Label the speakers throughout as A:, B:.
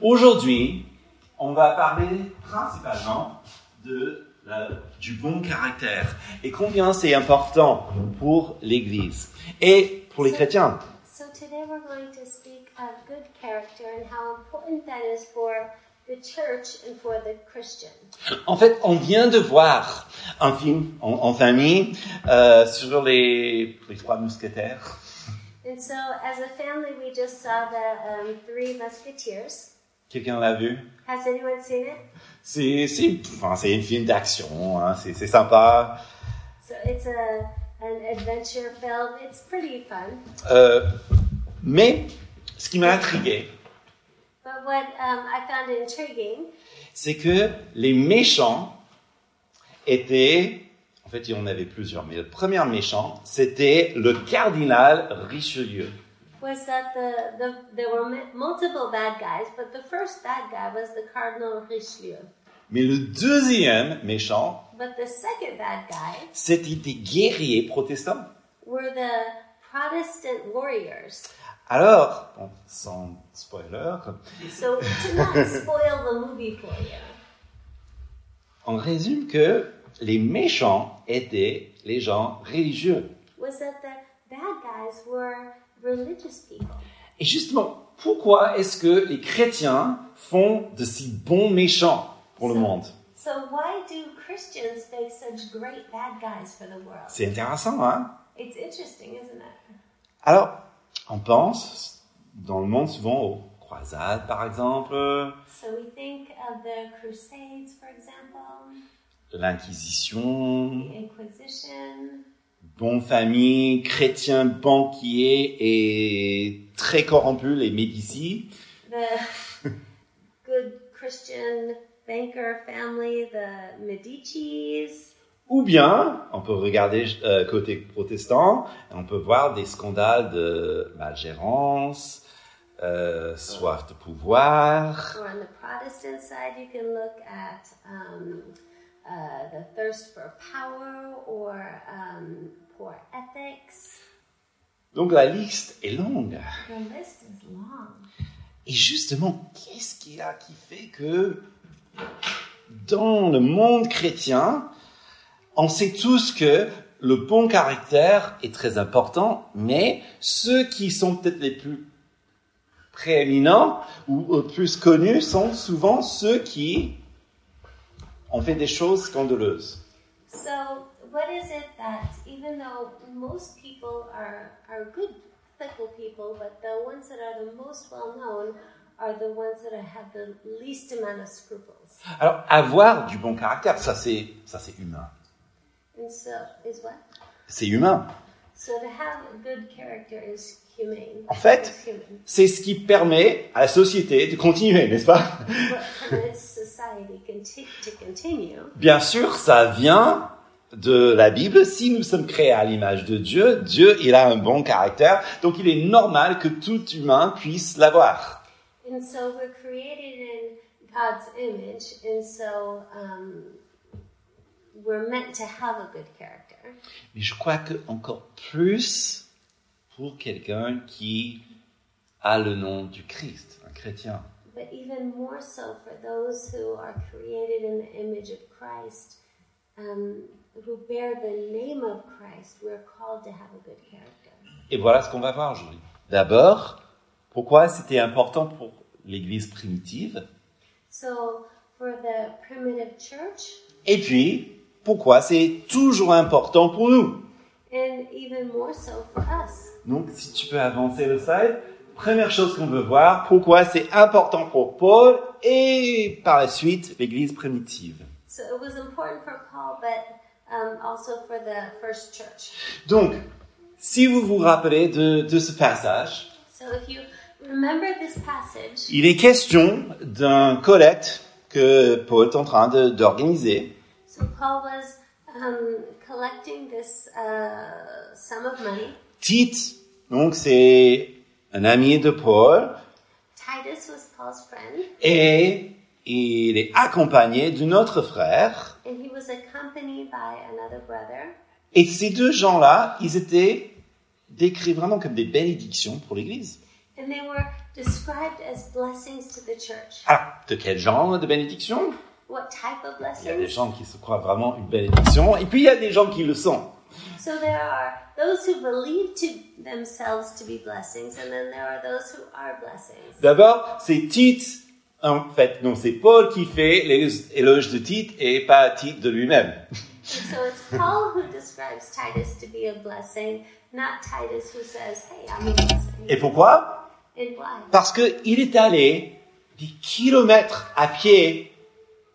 A: Aujourd'hui, on va parler principalement de la- du bon caractère et combien c'est important pour l'Église et pour les chrétiens.
B: So today we're going to speak of good character and how important that is for the church and for the Christian.
A: En fait, on vient de voir un film en, en famille euh, sur les, les trois mousquetaires.
B: And so as a family, we just saw the um, Three Musketeers.
A: Quelqu'un l'a vu
B: Has anyone seen it?
A: C'est c'est- enfin, c'est un film d'action, hein, c'est c'est sympa.
B: So it's a an adventure film. It's pretty fun.
A: Euh, mais ce qui m'a intrigué,
B: But what um, I found intriguing
A: c'est que les méchants étaient... En fait, il y en avait plusieurs, mais le premier méchant, c'était le cardinal Richelieu.
B: was that the, the there were mu- multiple bad guys, but the first bad guy was the Cardinal Richelieu.
A: Mais le deuxième méchant,
B: But the second bad guy
A: c'était des guerriers protestants.
B: were the Protestant warriors.
A: Alors, bon, sans spoiler,
B: So to not spoil the movie for you,
A: on résume que les méchants étaient les gens religieux.
B: was that the bad guys were religious people.
A: Et justement, pourquoi est-ce que les chrétiens font de si bons méchants pour le monde
B: So why do Christians make such great bad guys for the world?
A: C'est intéressant, hein
B: It's interesting, isn't it?
A: Alors, on pense dans le monde souvent aux croisades, par exemple,
B: So we think of the Crusades, for example,
A: l'Inquisition,
B: the Inquisition,
A: bonne famille, chrétiens banquiers et très corrompus, les Médicis.
B: the good Christian banker family, the Medicis,
A: Ou bien, on peut regarder euh, côté protestant, et on peut voir des scandales de malgérance, euh, soif de pouvoir,
B: or on the Protestant side, you can look at um, uh, the thirst for power or um, poor ethics.
A: Donc la liste est longue.
B: The list is long.
A: Et justement, qu'est-ce qu'il y a qui fait que dans le monde chrétien, on sait tous que le bon caractère est très important, mais ceux qui sont peut-être les plus prééminents ou les plus connus sont souvent ceux qui ont fait des choses scandaleuses.
B: So, what is it that even though most people are, are good ethical people, but the ones that are the most well known are the ones that are, have the least amount of scruples?
A: Alors, avoir du bon caractère, ça c'est ça c'est humain.
B: And so, is what?
A: C'est humain.
B: So, to have a good character is humane.
A: En fait,
B: It's human.
A: C'est ce qui permet à la société de continuer, n'est-ce pas
B: what permits society conti- to continue.
A: Bien sûr, ça vient de la Bible. Si nous sommes créés à l'image de Dieu, Dieu, il a un bon caractère. Donc, il est normal que tout humain puisse l'avoir.
B: And so we're created in God's image, and so um, we're meant to have a good character.
A: Mais je crois que encore plus pour quelqu'un qui a le nom du Christ, un chrétien.
B: But even more so for those who are created in the image of Christ, um, who bear the name of Christ, we're called to have a good character.
A: Et voilà ce qu'on va voir aujourd'hui. D'abord, pourquoi c'était important pour l'Église primitive
B: So for the primitive church,
A: Et puis, pourquoi c'est toujours important pour nous
B: and even more so for us.
A: Donc, si tu peux avancer le slide, première chose qu'on veut voir, pourquoi c'est important pour Paul et par la suite l'Église primitive.
B: So it was important for Paul, but um, also for the first church.
A: Donc, si vous vous rappelez de, de ce passage,
B: So if you remember this passage,
A: il est question d'un collecte que Paul est en train de- d'organiser.
B: so Paul was um, collecting this uh, sum of money.
A: Tite, donc c'est un ami de Paul,
B: Titus was Paul's friend,
A: et il est accompagné d'un autre frère.
B: and he was accompanied by another brother.
A: Et ces deux gens-là, ils étaient décrits vraiment comme des bénédictions pour l'Église.
B: And they were described as blessings to the church.
A: Alors, Ah, de quel genre de bénédiction
B: What type of
A: Il y a des
B: blessings?
A: gens qui se croient vraiment une bénédiction, et puis il y a des gens qui le sont.
B: So there are those who believe to themselves to be blessings, and then there are those who are blessings.
A: D'abord, c'est Tite, en fait, non, c'est Paul qui fait les éloges de Tite et pas Tite de lui-même.
B: And so it's Paul who describes Titus to be a blessing, not Titus who says, "Hey, I'm a blessing."
A: Et pourquoi
B: And why?
A: Parce qu'il est allé des kilomètres à pied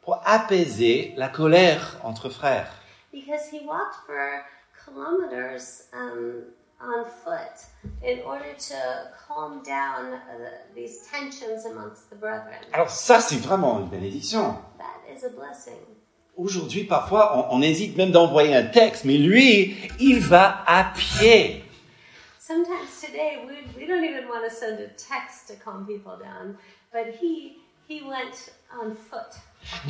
A: pour apaiser la colère entre frères.
B: Because he walked for kilometers um, on foot in order to calm down uh, the- these tensions amongst the brethren.
A: Alors ça, c'est vraiment une bénédiction.
B: That is a blessing.
A: Aujourd'hui, parfois, on, on hésite même d'envoyer un texte, mais lui, il va à pied.
B: Sometimes today we, we don't even want to send a text to calm people down, but he he went on foot.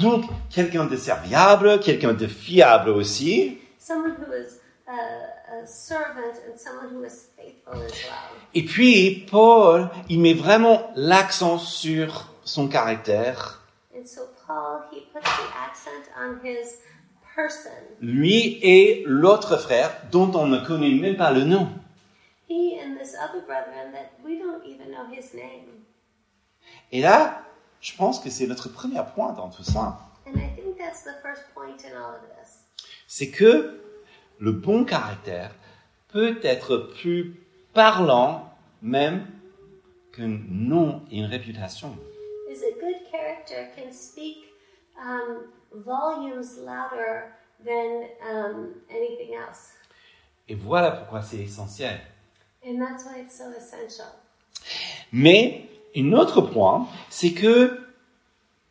A: Donc, quelqu'un de serviable, quelqu'un de fiable aussi,
B: Someone who is a, a servant and someone who is faithful as well.
A: Et puis, Paul, il met vraiment l'accent sur son caractère.
B: And so Paul he puts the accent on his person.
A: Lui et l'autre frère, dont on ne connaît même pas le nom.
B: He and this other brethren that we don't even know his name.
A: Et là, je pense que c'est notre premier point dans tout ça.
B: And I think that's the first point in all of this.
A: C'est que le bon caractère peut être plus parlant même qu'un nom et une réputation.
B: Is a good character can speak um, volumes louder than um, anything else.
A: Et voilà pourquoi c'est essentiel.
B: And that's why it's so essential.
A: Mais un autre point, c'est que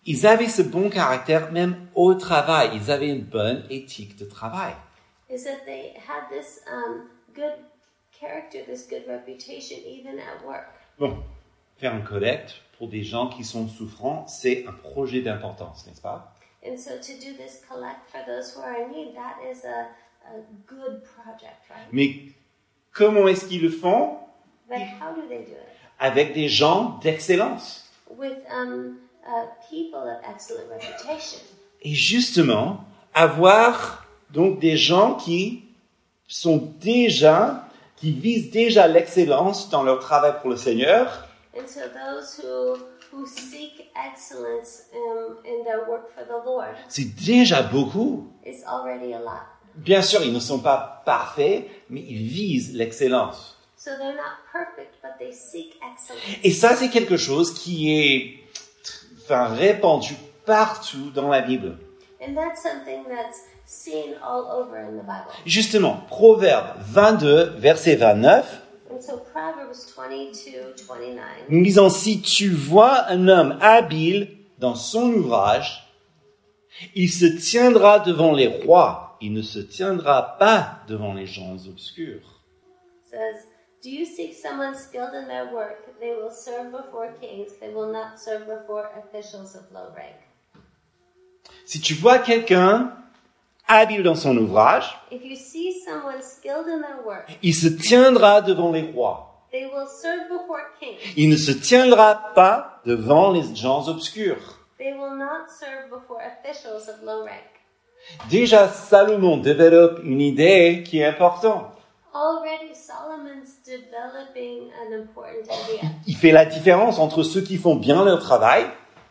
A: ils avaient ce bon caractère même au travail. Ils avaient une bonne éthique de travail.
B: Is that they had this um, good character, this good reputation, even at work.
A: Bon, faire une collecte pour des gens qui sont souffrants, c'est un projet d'importance, n'est-ce pas
B: And so to do this collect for those who are in need, that is a, a good project, right?
A: Mais comment est-ce qu'ils le font
B: But how do they do it?
A: Avec des gens d'excellence.
B: With um, uh, people of excellent reputation.
A: Et justement, avoir donc des gens qui sont déjà, qui visent déjà l'excellence dans leur travail pour le Seigneur,
B: And so those who, who seek excellence um, in their work for the Lord
A: C'est déjà beaucoup.
B: is already a lot.
A: Bien sûr, ils ne sont pas parfaits, mais ils visent l'excellence.
B: So they're not perfect, but they seek excellence.
A: Et ça, c'est quelque chose qui est enfin, répandu partout dans la Bible.
B: And that's something that's seen all over in the Bible.
A: Justement, Proverbe 22, verset 29,
B: And so Proverbs 22 29
A: nous disons, si tu vois un homme habile dans son ouvrage, il se tiendra devant les rois, il ne se tiendra pas devant les gens obscurs.
B: says, Do you seek someone skilled in their work? They will serve before kings, they will not serve before officials of low rank.
A: Si tu vois quelqu'un habile dans son ouvrage,
B: If you see someone skilled in their work,
A: Il se tiendra devant les rois.
B: they will serve before kings,
A: Il ne se tiendra pas devant les gens obscurs.
B: they will not serve before officials of low rank.
A: Déjà, Salomon développe une idée qui est importante.
B: Already, Solomon's developing an important idea.
A: Il fait la différence entre ceux qui font bien leur travail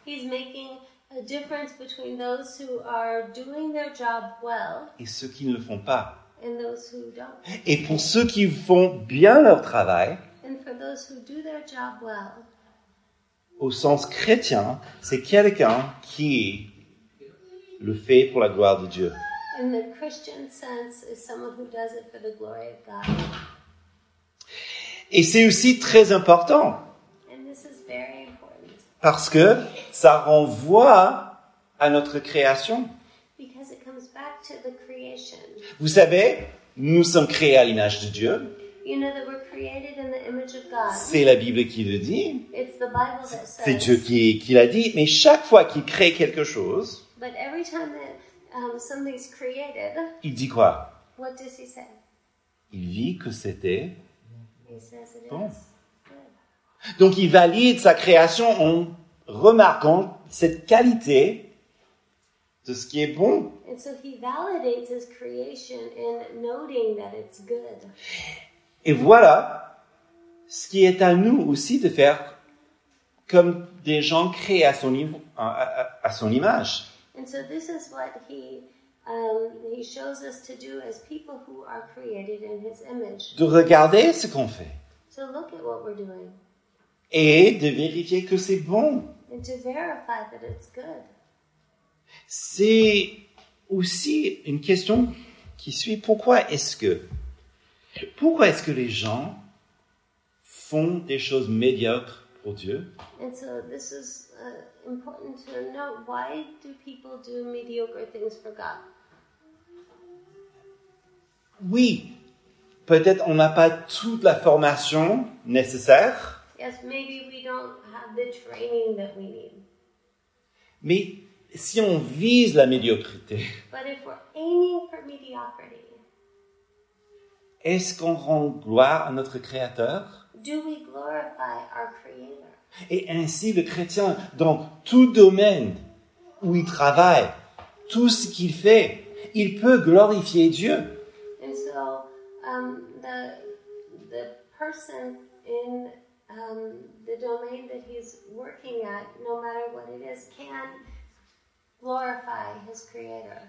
B: He's making a difference between those who are doing their job well
A: et ceux qui ne le font pas.
B: and those who don't.
A: Et pour ceux qui font bien leur travail,
B: And for those who do their job well,
A: au sens chrétien, c'est quelqu'un qui le fait pour la gloire de Dieu.
B: in the Christian sense, is someone who does it for the glory of God.
A: Et c'est aussi très important
B: And this is very important
A: parce que ça renvoie à notre création.
B: because it comes back to the creation.
A: Vous savez, nous sommes créés à l'image de Dieu.
B: You know that we're created in the image of God.
A: C'est la Bible qui le dit.
B: It's the Bible that
A: C'est Dieu
B: says.
A: qui, qui l'a dit. Mais chaque fois qu'il crée quelque chose,
B: But every time that um, something's created,
A: il dit quoi
B: what does he say?
A: Il dit que c'était.
B: He says it is
A: Bon.
B: good.
A: Donc il valide sa création en remarquant cette qualité de ce qui est bon.
B: And so he validates his creation in noting that it's good.
A: Et voilà ce qui est à nous aussi de faire comme des gens créés à son, niveau- à- à- à son image.
B: And so this is what he um, he shows us to do as people who are created in his image.
A: De regarder ce qu'on fait
B: To look at what we're doing
A: et de vérifier que c'est bon.
B: and to verify that it's good.
A: C'est aussi une question qui suit. Pourquoi est-ce que, pourquoi est-ce que les gens font des choses médiocres pour Dieu
B: And so this is uh, important to note. Why do people do mediocre things for God?
A: Oui, peut-être on n'a pas toute la formation nécessaire,
B: Yes, maybe we don't have the training that we need.
A: mais si on vise la médiocrité,
B: But if we're aiming for mediocrity,
A: est-ce qu'on rend gloire à notre Créateur
B: do we glorify our Creator?
A: Et ainsi, le chrétien, dans tout domaine où il travaille, tout ce qu'il fait, il peut glorifier Dieu.
B: And so um, the the person in um, the domain that he's working at, no matter what it is, can glorify his Creator.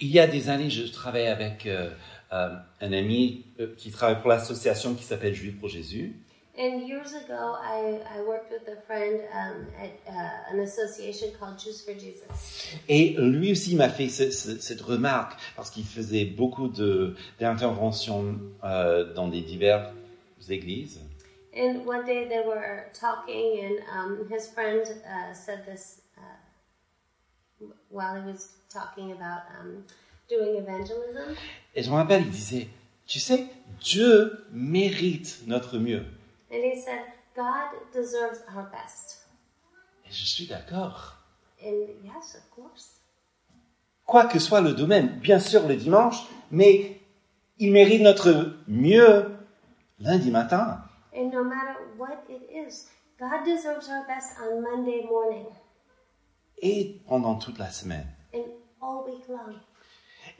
A: Il y a des années, je travaillais avec euh, euh, un ami euh, qui travaille pour l'association qui s'appelle Juifs pour Jésus.
B: And years ago, I, I worked with a friend um, at uh, an association called Jews for Jesus.
A: Et lui aussi m'a fait ce- ce- cette remarque, parce qu'il faisait beaucoup de- d'interventions euh, dans des diverses églises.
B: And one day they were talking, and um, his friend uh, said this uh, while he was talking about um, doing evangelism.
A: Et je me rappelle, il disait, tu sais, Dieu mérite notre mieux.
B: And he said, God deserves our best.
A: Et je suis d'accord.
B: And yes, of course.
A: Quoi que soit le domaine, bien sûr le dimanche, mais il mérite notre mieux lundi matin.
B: And no matter what it is, God deserves our best on Monday morning
A: et pendant toute la semaine.
B: and all week long.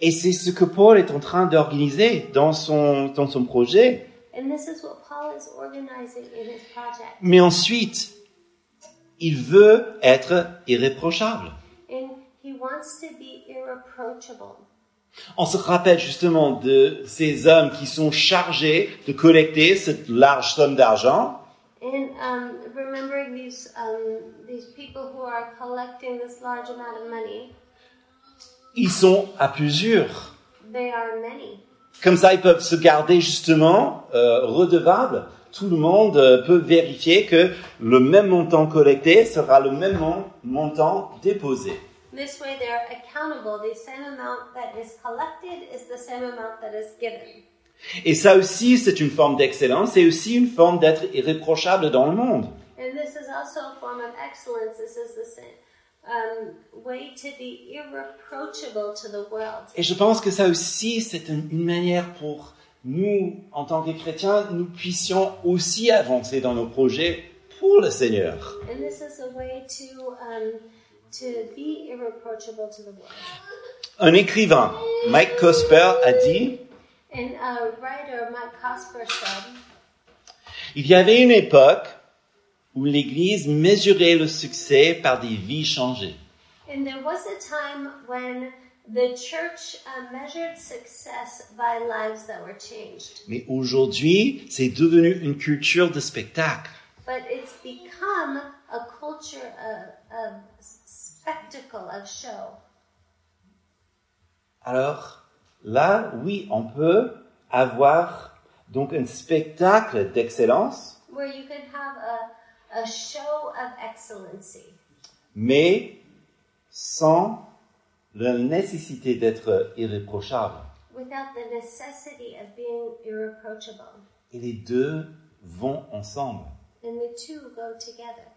A: Et c'est ce que Paul est en train d'organiser dans son, dans son projet.
B: And this is what Paul is organizing in his project.
A: Mais ensuite, il veut être irréprochable.
B: And he wants to be irreproachable.
A: On se rappelle justement de ces hommes qui sont chargés de collecter cette large somme d'argent.
B: And um, remembering these um, these people who are collecting this large amount of money,
A: Ils sont à plusieurs.
B: they are many.
A: Comme ça, ils peuvent se garder justement euh, redevables. Tout le monde euh, peut vérifier que le même montant collecté sera le même mon- montant déposé.
B: This way, they're accountable. The same amount that is collected is the same amount that is given.
A: Et ça aussi, c'est une forme d'excellence et aussi une forme d'être irréprochable dans le monde.
B: And this is also a form of excellence. This is the same um, way to be irreproachable to the world.
A: Et je pense que ça aussi, c'est une, une manière pour nous, en tant que chrétiens, nous puissions aussi avancer dans nos projets pour le Seigneur.
B: And this is a way to um, to be irreproachable to the world.
A: Un écrivain, Mike Cosper, a dit,
B: And a writer, Mike Cosper, said.
A: il y avait une époque où l'Église mesurait le succès par des vies changées.
B: And there was a time when the church uh, measured success by lives that were changed.
A: Mais aujourd'hui, c'est devenu une culture de spectacle.
B: But it's become a culture of, of spectacle, of show.
A: Alors là, oui, on peut avoir donc un spectacle d'excellence,
B: where you can have a, a show of excellency,
A: mais sans la nécessité d'être irréprochable.
B: without the necessity of being irreproachable.
A: Et les deux vont ensemble.
B: And the two go together.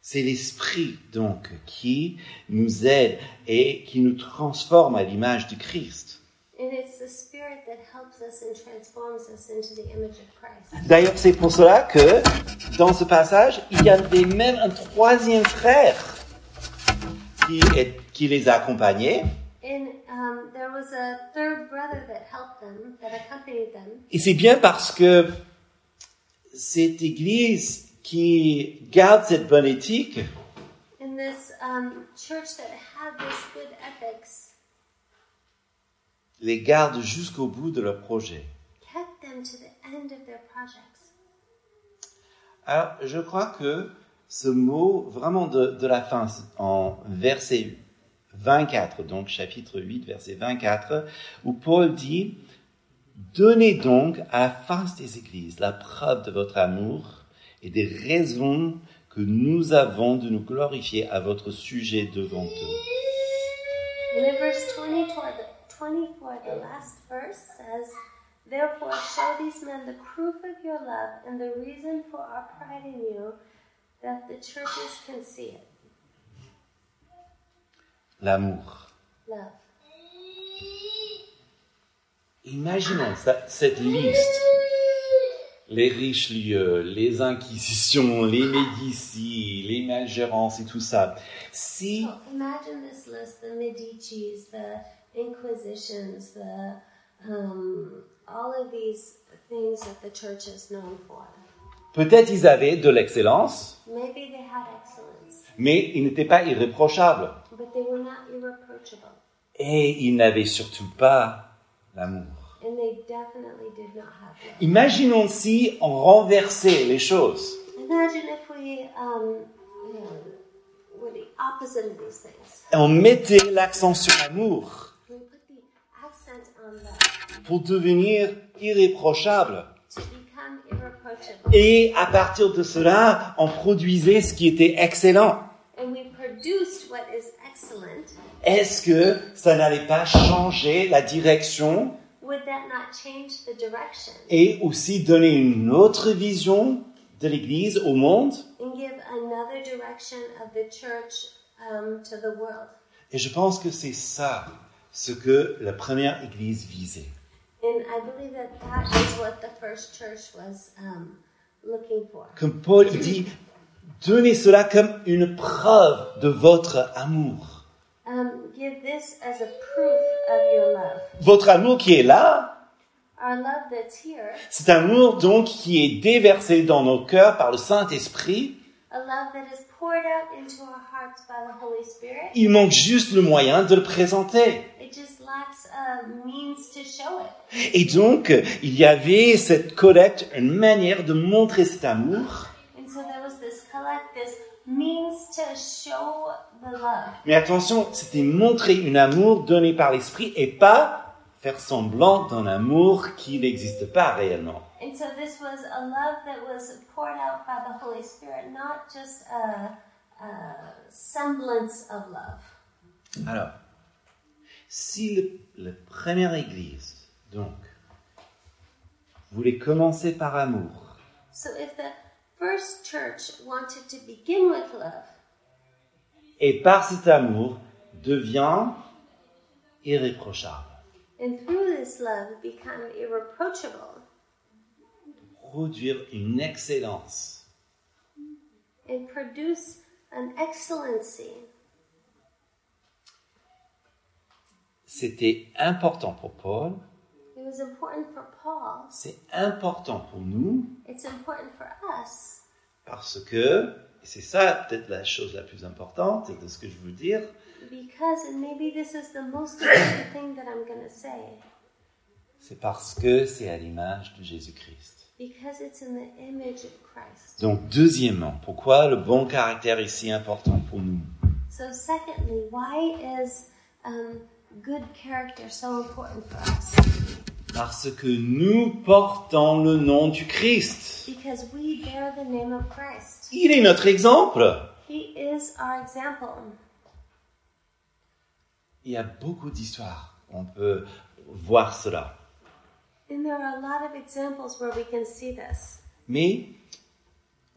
A: C'est l'esprit donc qui nous aide et qui nous transforme à l'image du Christ.
B: And it's the Spirit that helps moves us and transforms us into the image of Christ.
A: D'ailleurs, c'est pour cela que dans ce passage, il y avait même un troisième frère qui, est- qui les a accompagnés.
B: And um, there was a third brother that helped them, that accompanied them.
A: Et c'est bien parce que cette Église qui garde cette bonne éthique
B: In this um, church that had this good ethics,
A: les garde jusqu'au bout de leur projet.
B: kept them to the end of their projects.
A: Alors, Ah, je crois que ce mot vraiment de, de la fin, en verset 24, donc chapitre 8, verset 24, où Paul dit, Donnez donc à la face des églises la preuve de votre amour et des raisons que nous avons de nous glorifier à votre sujet devant eux.
B: And in verse 24, the, 24, the last verse says, Therefore show these men the proof of your love and the reason for our pride in you, that the churches can see it.
A: L'amour.
B: Love.
A: Imaginons ça- cette liste. Les Richelieu, les Inquisitions, les Médicis, les Malgérances et tout ça. Si
B: So imagine this list: the Medici's, the Inquisitions, the um, all of these things that the church is known for.
A: peut-être ils avaient de l'excellence,
B: Maybe they had excellence,
A: mais ils n'étaient pas irréprochables.
B: but they were not irreproachable,
A: Et ils n'avaient surtout pas l'amour.
B: and they definitely did not have love.
A: Imaginons si on renversait les choses.
B: Imagine if we, um, you know, were the opposite of these things.
A: Et on mettait l'accent sur l'amour
B: We put the accent on love
A: pour devenir irréprochable.
B: to become irreproachable,
A: Et à partir de cela, on produisait ce qui était excellent.
B: and we produced what is excellent.
A: Est-ce que ça n'allait pas changer la direction
B: Would that not change the direction
A: et aussi donner une autre vision de l'Église au monde
B: and give another direction of the church um, to the world?
A: Et je pense que c'est ça ce que la première Église visait.
B: And I believe that that is what the first church was um, looking for.
A: Comme Paul dit, donnez cela comme une preuve de votre amour.
B: Um, give this as a proof of your love.
A: Votre amour qui est là,
B: Our love that's here,
A: cet amour donc qui est déversé dans nos cœurs par le Saint-Esprit,
B: a love that is poured out into our hearts by the Holy Spirit,
A: il manque juste le moyen de le présenter.
B: it just lacks a means to show it.
A: Et donc, il y avait cette collecte, une manière de montrer cet amour,
B: And so there was this collect, this means to show the love.
A: Mais attention, c'était montrer un amour donné par l'esprit et pas faire semblant d'un amour qui n'existe pas réellement.
B: And so this was a love that was poured out by the Holy Spirit, not just a, a semblance of love.
A: Alors, si le- la première église, donc, voulait commencer par amour,
B: So if the first church wanted to begin with love,
A: et par cet amour devient irréprochable,
B: and through this love become irreproachable,
A: produire une excellence,
B: and produce an excellency,
A: c'était important pour Paul,
B: it was important for Paul.
A: c'est important pour nous,
B: It's important for us
A: Parce que, et c'est ça peut-être la chose la plus importante de ce que je veux dire,
B: because, and maybe this is the most important thing that I'm going to say,
A: c'est parce que c'est à l'image de Jésus-Christ.
B: because it's in the image of Christ.
A: Donc, deuxièmement, pourquoi le bon caractère est si important pour nous
B: So, secondly, why is um, good character so important for us?
A: Parce que nous portons le nom du Christ.
B: Because we bear the name of Christ.
A: Il est notre exemple.
B: He is our example.
A: Il y a beaucoup d'histoires, on peut voir cela.
B: And there are a lot of examples where we can see this.
A: Mais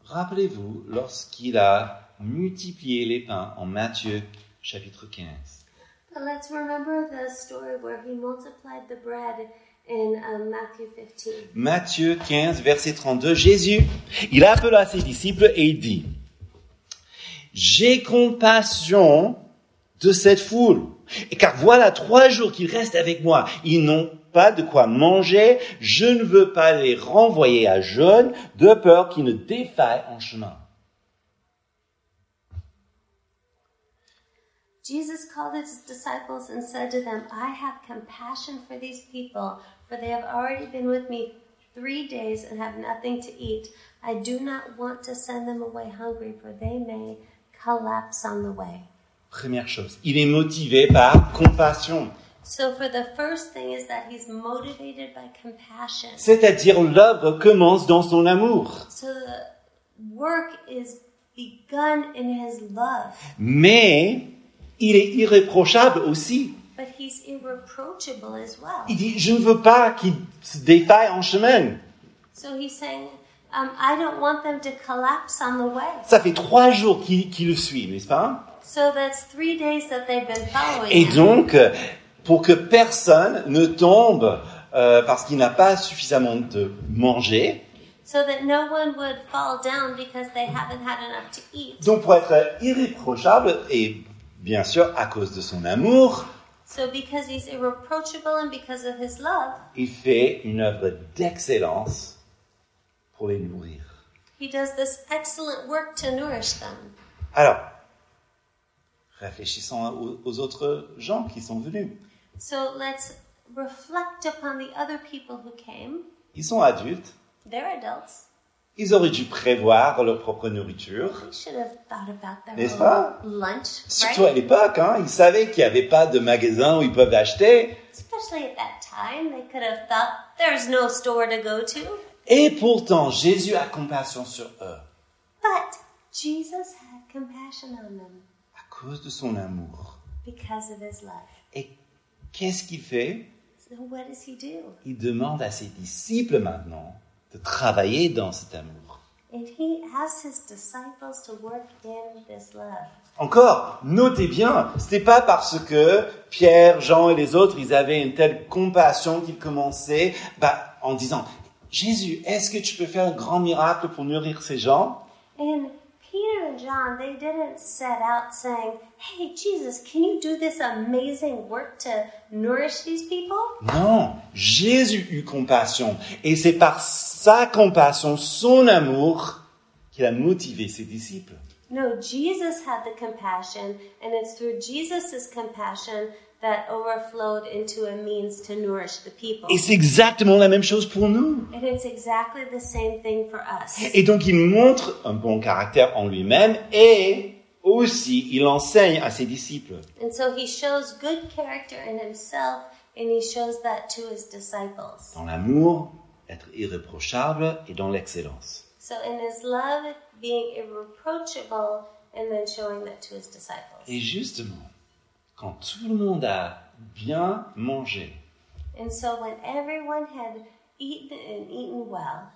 A: rappelez-vous lorsqu'il a multiplié les pains en Matthieu chapitre 15.
B: But let's remember the story where he multiplied the bread in um, Matthew 15.
A: Matthieu 15, verset 32, Jésus, il appela ses disciples et il dit, J'ai compassion de cette foule, et car voilà trois jours qu'ils restent avec moi, ils n'ont pas de quoi manger, je ne veux pas les renvoyer à jeûne, de peur qu'ils ne défaillent en chemin.
B: Jesus called his disciples and said to them, I have compassion for these people, for they have already been with me three days and have nothing to eat. I do not want to send them away hungry, for they may collapse on the way.
A: Première chose, il est motivé par compassion,
B: So, for the first thing is that he's motivated by compassion.
A: c'est-à-dire l'œuvre commence dans son amour.
B: So, the work is begun in his love,
A: Mais il est irréprochable aussi.
B: but he's irreproachable as well.
A: Il dit, je ne veux pas qu'ils se défaillent en chemin.
B: So, he's saying, um, I don't want them to collapse on the way.
A: Ça fait trois jours qu'il qu'il le suit, n'est-ce pas
B: So, that's three days that they've been following.
A: Et
B: him.
A: donc, pour que personne ne tombe euh, parce qu'il n'a pas suffisamment de manger,
B: so that no one would fall down because they haven't had enough to eat.
A: donc pour être irréprochable, et bien sûr à cause de son amour,
B: So, because he's irreproachable and because of his love,
A: il fait une œuvre d'excellence pour les nourrir.
B: he does this excellent work to nourish them.
A: Alors, réfléchissons aux, aux autres gens qui sont venus.
B: So let's reflect upon the other people who came.
A: Ils sont adultes,
B: They're adults.
A: ils auraient dû prévoir leur propre nourriture.
B: They should have thought about their
A: N'est-ce
B: own
A: pas?
B: lunch,
A: Surtout à
B: right?
A: l'époque, hein, ils savaient qu'il n'y avait pas de magasin où ils peuvent acheter.
B: Especially at that time, they could have thought there's no store to go to.
A: Et pourtant, Jésus a compassion sur eux
B: But Jesus had compassion on them
A: à cause de son amour.
B: because of his love.
A: Et qu'est-ce qu'il fait
B: So what does he do?
A: Il demande à ses disciples maintenant de travailler dans cet amour.
B: And he asks his disciples to work in this love.
A: Encore, notez bien, c'était pas parce que Pierre, Jean et les autres, ils avaient une telle compassion qu'ils commençaient bah, en disant Jésus, est-ce que tu peux faire un grand miracle pour nourrir ces gens
B: And Peter and John, they didn't set out saying, Hey, Jesus, can you do this amazing work to nourish these people?
A: Non, Jésus eut compassion. Et c'est par sa compassion, son amour, qu'il a motivé ses disciples.
B: No, Jesus had the compassion, and it's through Jesus' compassion that overflowed into a means to nourish the people.
A: Et c'est exactement la même chose pour nous.
B: And it's exactly the same thing for us.
A: Et donc il montre un bon caractère en lui-même et aussi il enseigne à ses disciples.
B: And so he shows good character in himself, and he shows that to his disciples.
A: dans l'amour, être irréprochable et dans l'excellence.
B: So in his love, being irreproachable, and then showing that to his disciples.
A: Et justement, quand tout le monde a bien mangé,
B: And so when everyone had eaten and eaten well,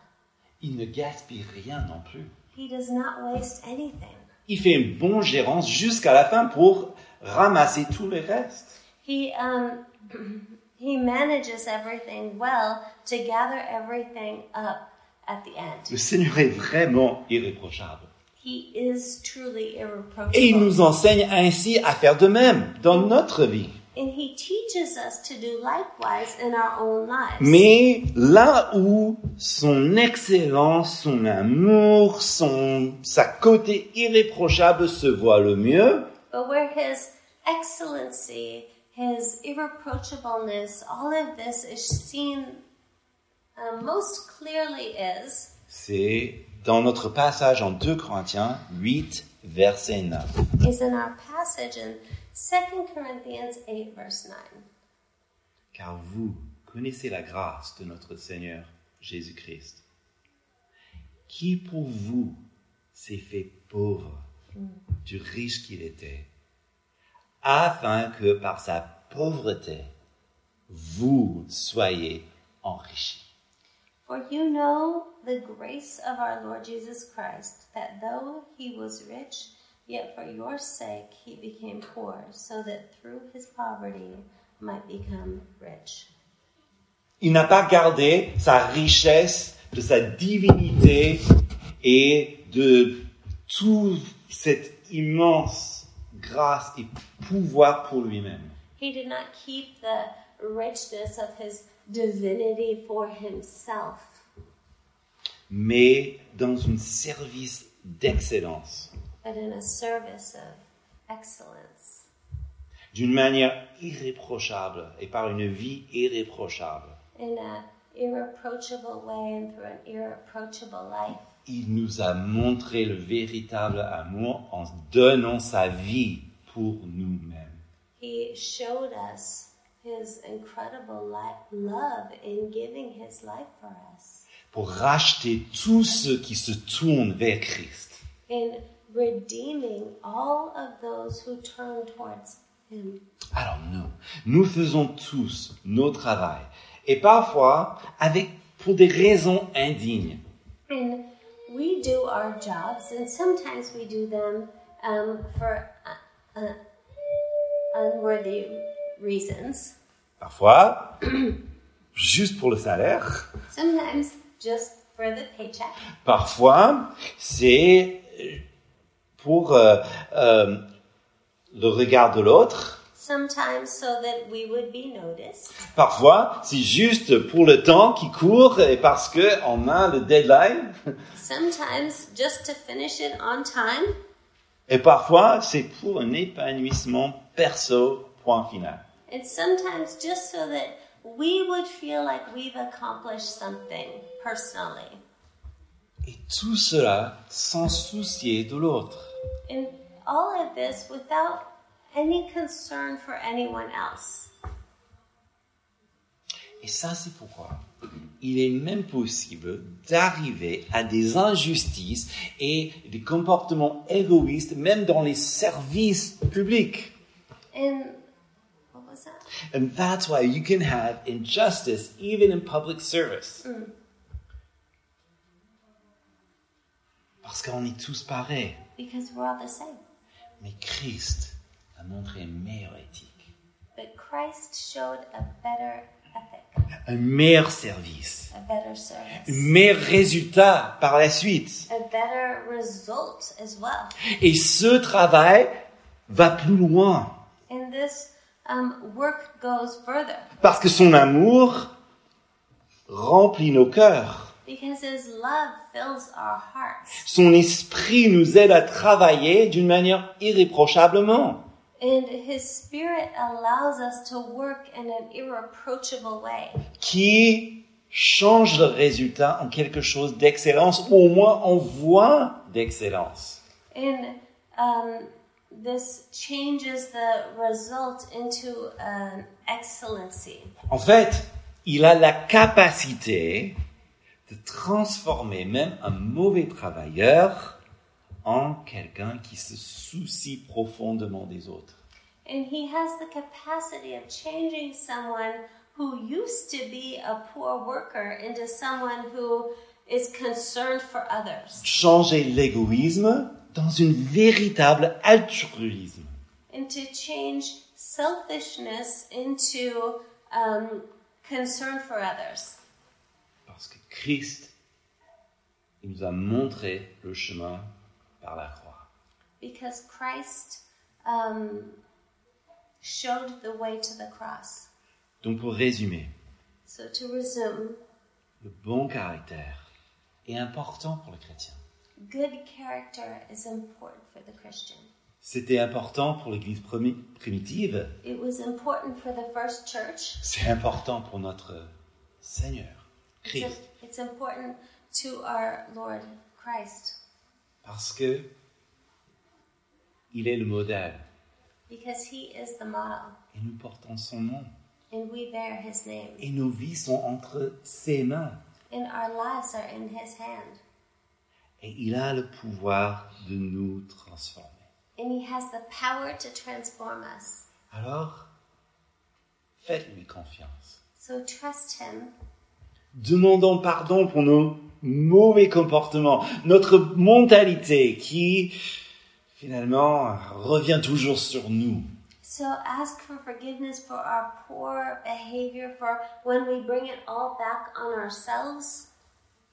A: il ne gaspille rien non plus.
B: he does not waste anything.
A: Il fait une bonne gérance jusqu'à la fin pour ramasser tout le reste.
B: He um he manages everything well to gather everything up at the
A: Le
B: end.
A: Seigneur est vraiment irréprochable.
B: He is truly
A: Et il
B: irreproachable.
A: nous enseigne ainsi à faire de même dans notre vie.
B: And he teaches us to do likewise in our own lives.
A: Mais là où son excellence, son amour, son, sa côté irréprochable se voit le mieux,
B: But where his excellency, his irreproachableness, all of this is seen uh, most clearly is
A: C'est dans notre passage en 2 Corinthiens 8, verset 9.
B: is in our passage in 2 Corinthians 8, verse 9.
A: Car vous connaissez la grâce de notre Seigneur Jésus-Christ, qui pour vous s'est fait pauvre du riche qu'il était, afin que par sa pauvreté, vous soyez enrichis.
B: For you know the grace of our Lord Jesus Christ, that though he was rich, yet for your sake he became poor, so that through his poverty might become rich.
A: Il n'a pas gardé sa richesse, de sa divinité et de toute cette immense grâce et pouvoir pour lui-même.
B: He did not keep the richness of his divinity for himself,
A: mais dans un service d'excellence,
B: but in a service of excellence,
A: d'une manière irréprochable et par une vie irréprochable.
B: in an irreproachable way and through an irreproachable life.
A: Il nous a montré le véritable amour en donnant sa vie pour nous-mêmes.
B: He showed us his incredible life, love in giving his life for us,
A: pour racheter tous ceux qui se tournent vers Christ.
B: in redeeming all of those who turn towards him.
A: Alors nous, nous faisons tous nos travail et parfois avec pour des raisons indignes.
B: And we do our jobs, and sometimes we do them um, for uh, uh, unworthy reasons.
A: Parfois juste pour le salaire,
B: Sometimes just for the paycheck.
A: parfois c'est euh, pour euh, euh, le regard de l'autre,
B: Sometimes so that we would be noticed.
A: parfois c'est juste pour le temps qui court et parce que on a le deadline.
B: Sometimes just to finish it on time.
A: Et parfois, c'est pour un épanouissement perso, point final.
B: And sometimes just so that we would feel like we've accomplished something personally.
A: Et tout cela sans soucier de l'autre.
B: And all of this without any concern for anyone else.
A: Et ça, c'est pourquoi il est même possible d'arriver à des injustices et des comportements égoïstes, même dans les services publics.
B: And what was that?
A: And that's why you can have injustice even in public service. Parce qu'on est tous pareils.
B: Because we're all the same.
A: Mais Christ a montré une meilleure éthique,
B: But Christ showed a better ethic,
A: un meilleur service,
B: a better service,
A: un meilleur résultat par la suite.
B: a better result as well.
A: Et ce travail va plus loin
B: And this um, work goes further
A: parce que son amour remplit nos cœurs.
B: because his love fills our hearts.
A: Son esprit nous aide à travailler d'une manière irréprochablement.
B: And his spirit allows us to work in an irreproachable way
A: qui change le résultat en quelque chose d'excellence, ou au moins en voie d'excellence.
B: And um, this changes the result into an excellency.
A: En fait, il a la capacité de transformer même un mauvais travailleur en quelqu'un qui se soucie profondément des autres.
B: And he has the capacity of changing someone who used to be a poor worker into someone who is concerned for others.
A: Changer l'égoïsme dans une véritable altruisme.
B: and to change selfishness into um, concern for others.
A: Parce que Christ, il nous a montré le chemin par la croix.
B: Because Christ um, showed the way to the cross.
A: Donc pour résumer,
B: So, to resume,
A: Le bon caractère est important pour le chrétien.
B: good character is important for the Christian.
A: C'était important pour l'Église primi- primitive.
B: It was important for the first church.
A: C'est important pour notre Seigneur,
B: It's,
A: Christ.
B: it's important to our Lord Christ
A: Parce que il est le modèle
B: because he is the model
A: et nous portons son nom.
B: and we bear his name
A: Et nos vies sont entre ses mains.
B: and our lives are in his hand.
A: Et il a le pouvoir de nous transformer.
B: and he has the power to transform us.
A: Alors, faites-lui confiance.
B: So trust him
A: Demandons pardon pour nos mauvais comportements, notre mentalité qui finalement revient toujours sur nous.
B: So ask for forgiveness for our poor behavior, for when we bring it all back on ourselves,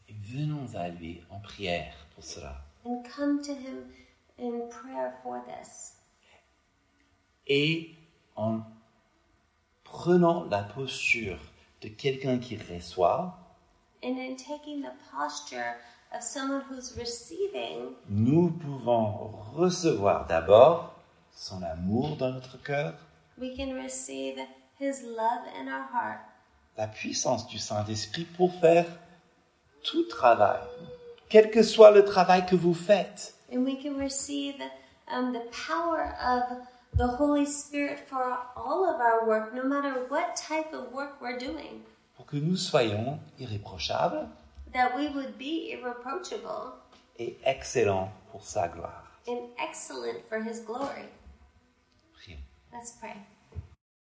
A: Et venons à lui en prière pour cela.
B: and come to Him in prayer for this.
A: Et en prenant la posture de quelqu'un qui reçoit,
B: And in taking the posture of someone who's receiving,
A: nous pouvons recevoir d'abord son amour dans notre cœur,
B: we can receive His love in our heart
A: la puissance du Saint-Esprit pour faire tout travail, quel que soit le travail que vous faites.
B: and we can receive um, the power of the Holy Spirit for all of our work, no matter what type of work we're doing,
A: pour que nous soyons irréprochables
B: that we would be irreproachable
A: et excellents pour sa gloire.
B: and excellent for His glory.
A: Prions.
B: Let's pray.